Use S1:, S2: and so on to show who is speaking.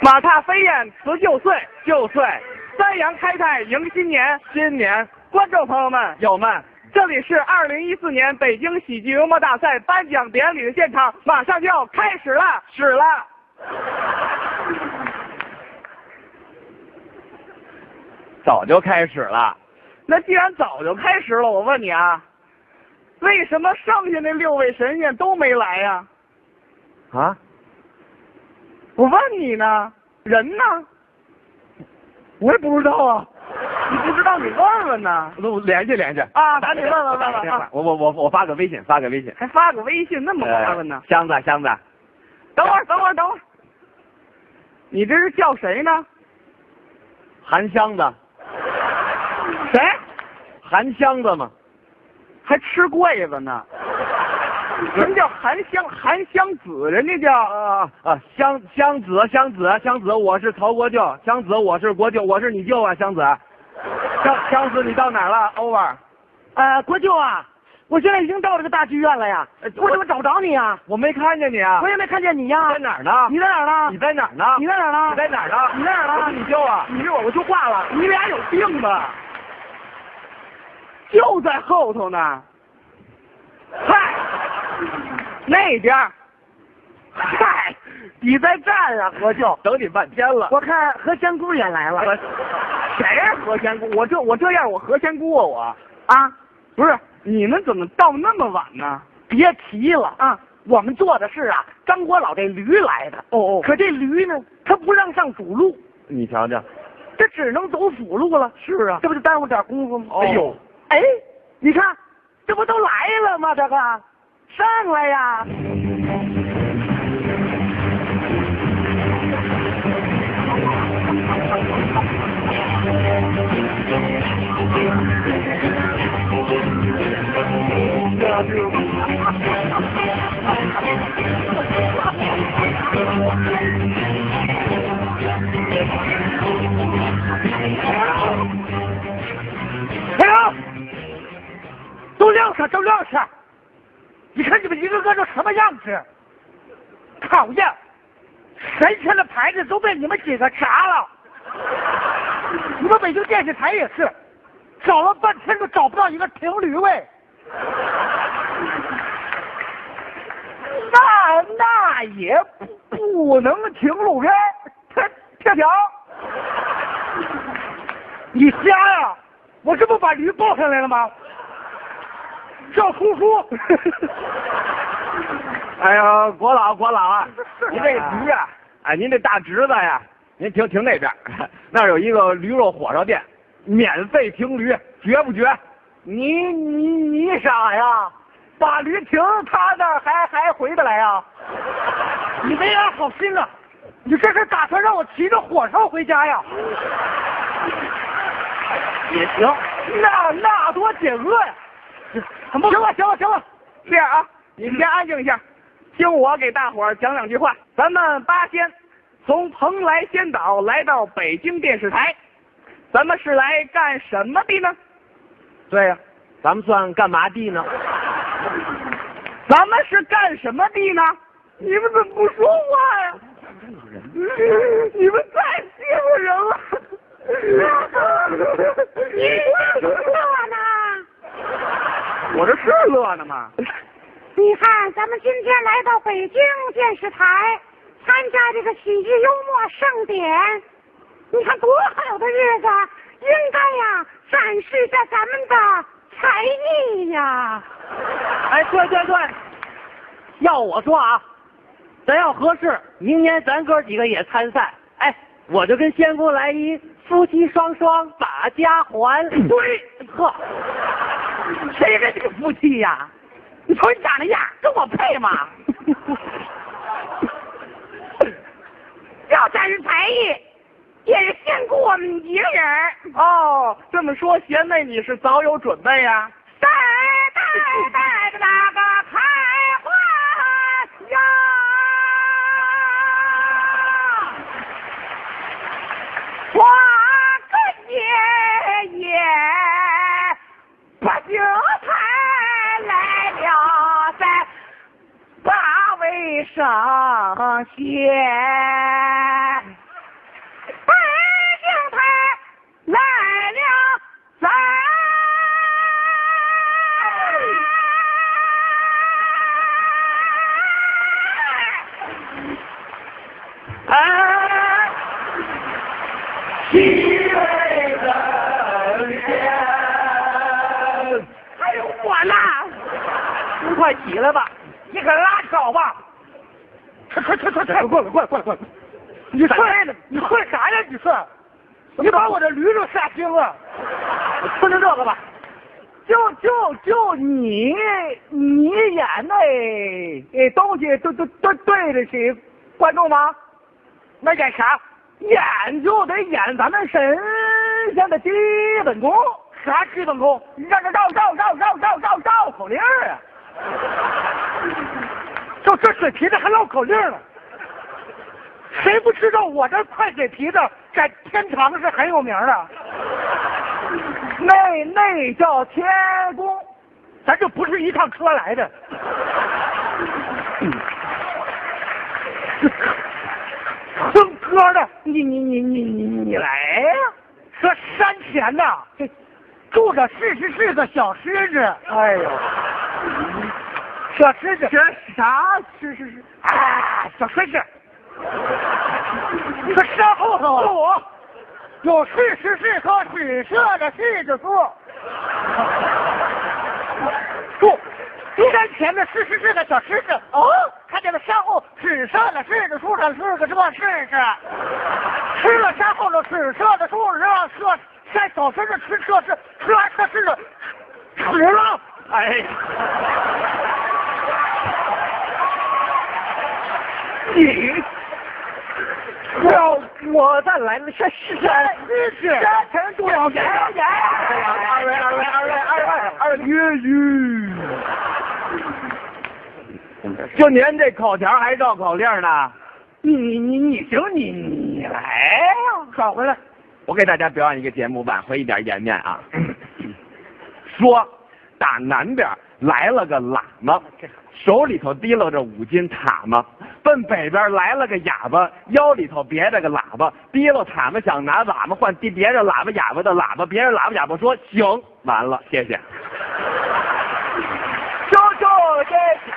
S1: 马踏飞燕辞旧岁，旧岁三阳开泰迎新年，新年观众朋友们友们，这里是二零一四年北京喜剧幽默大赛颁奖典礼的现场，马上就要开始了，始了。
S2: 早就开始了，
S1: 那既然早就开始了，我问你啊，为什么剩下那六位神仙都没来呀、
S2: 啊？
S1: 我问你呢，人呢？
S2: 我也不知道啊，
S1: 你不知道你问问呢。
S2: 我联系联系
S1: 啊赶紧问问问问啊
S2: 我我我我发个微信，发个微信。
S1: 还发个微信那么麻烦呢
S2: 呃？箱子箱子，
S1: 等会儿，等会儿，等会儿，你这是叫谁呢？
S2: 韩箱子，
S1: 谁？
S2: 韩箱子嘛，
S1: 还吃柜子呢？什么叫韩湘？韩湘子，人家叫
S2: 啊啊，箱箱子箱子箱子，我是曹国舅，箱子我是国舅，我是你舅啊，箱子，箱箱子你到哪儿了？over，
S1: 呃国舅啊，我现在已经到这个大剧院了呀，
S2: 我怎
S1: 么找不着你呀？
S2: 我没看见你啊，
S1: 也没看见你呀
S2: 在哪儿呢？
S1: 你在哪儿
S2: 你
S1: 呢？
S2: 在哪儿呢？
S1: 你在哪儿
S2: 你在哪儿呢？
S1: 你在哪儿呢
S2: 我是你舅啊。
S1: 你这会儿我就挂了，你俩有病吧？就在后头呢。嗨，那边儿。嗨，你在这儿啊，何秀。
S2: 等你半天了。
S1: 我看何仙姑也来了谁是何仙姑？我这我这样，我何仙姑啊我。啊，不是，你们怎么到那么晚呢？别提了啊，我们做的是啊，张国老这驴来的。哦哦。可这驴呢，他不让上主路，
S2: 你瞧瞧，
S1: 这只能走辅路了。是啊，这不就耽误点功夫吗？
S2: 哎呦，
S1: 哎，你看，这不都来了吗？这个，上来呀！哎呦，都撂下，都撂下！你看你们一个个都什么样子？讨厌！神仙的牌子都被你们几个砸了。你们北京电视台也是，找了半天都找不到一个停驴位。那那也不不能停路边，贴贴条。你瞎呀、我这不把驴抱上来了吗？叫叔叔。
S2: 哎呀，国老国老啊，您这
S1: 哎
S2: 驴啊，哎，您这大侄子呀，您停停那边儿，那儿有一个驴肉火烧店，免费停驴，绝不绝？
S1: 你你你傻呀？把驴停他那儿还还回得来呀、 你没安好心啊！你这是打算让我骑着火烧回家呀？
S2: 也行。
S1: 那那多解饿呀！行了行了行了，这样啊，你们先安静一下，听我给大伙儿讲两句话。咱们八仙从蓬莱仙岛来到北京电视台，咱们是来干什么的呢？
S2: 对呀、咱们算干嘛地呢？
S1: 咱们是干什么的呢？你们怎么不说话呀？你们太欺负人了！你乐呢？我这是乐呢吗？
S3: 你看，咱们今天来到北京电视台，参加这个喜剧幽默盛典，你看多好的日子，应该呀展示一下咱们的才艺呀。
S1: 哎，对对对，要我说啊，咱要合适，明年咱哥几个也参赛。哎，我就跟仙姑来一夫妻双双把家 还。对，呵，谁跟你个夫妻呀、你瞅你长那样，跟我配吗？
S3: 要展示才艺，也是限顾我们一个人儿。
S1: 哦，这么说，贤妹你是早有准备呀、
S3: 代代代的那个开花呀！我个爷爷把韭菜来了，在八位上仙。
S4: 快起来吧！
S1: 你可拉倒吧！快快快快快，过来过来过来过来！你踹呢？你踹啥呀？你踹！你把我的驴都吓惊了！
S4: 不就这个吧？
S1: 就就就你你演那呃东西对对对对得起观众吗？那演啥？演就得演咱们神仙的基本功。啥基本功？绕绕绕绕绕绕绕绕绕口令儿啊！ 就这水皮子还绕口令呢？谁不知道我这快嘴皮子在天堂是很有名的？那那叫天宫，咱这不是一趟车来的。哼歌的，你你你你你你来呀、这山前呐，这住着四十四个小狮子。哎呦，小狮子，这啥狮狮狮？哎，小狮子，这山后头啊，我有四十四棵紫色的柿子树。 树，山前面四十四个小狮子。哦，看见了山后紫色的柿子树上四个这柿子，吃了山后的紫色的树上这山小狮子吃这是吃完这柿子死了。
S4: 哎，你
S1: 要
S4: 我再来了，这是
S1: 山狮子，山城多少钱？
S2: 二位，二位，二位，二位，二位，越狱！就您这口条还绕口令呢？
S1: 你你你你行，你你来呀，转回来。
S2: 我给大家表演一个节目，挽回一点颜面啊。说，打南边来了个喇嘛，手里头提溜着五斤塔嘛；奔北边来了个哑巴，腰里头别着个喇叭，提溜塔嘛想拿喇嘛换，提别着喇叭哑巴的喇叭，别着喇叭哑巴说行，完了，谢谢。
S1: 就就这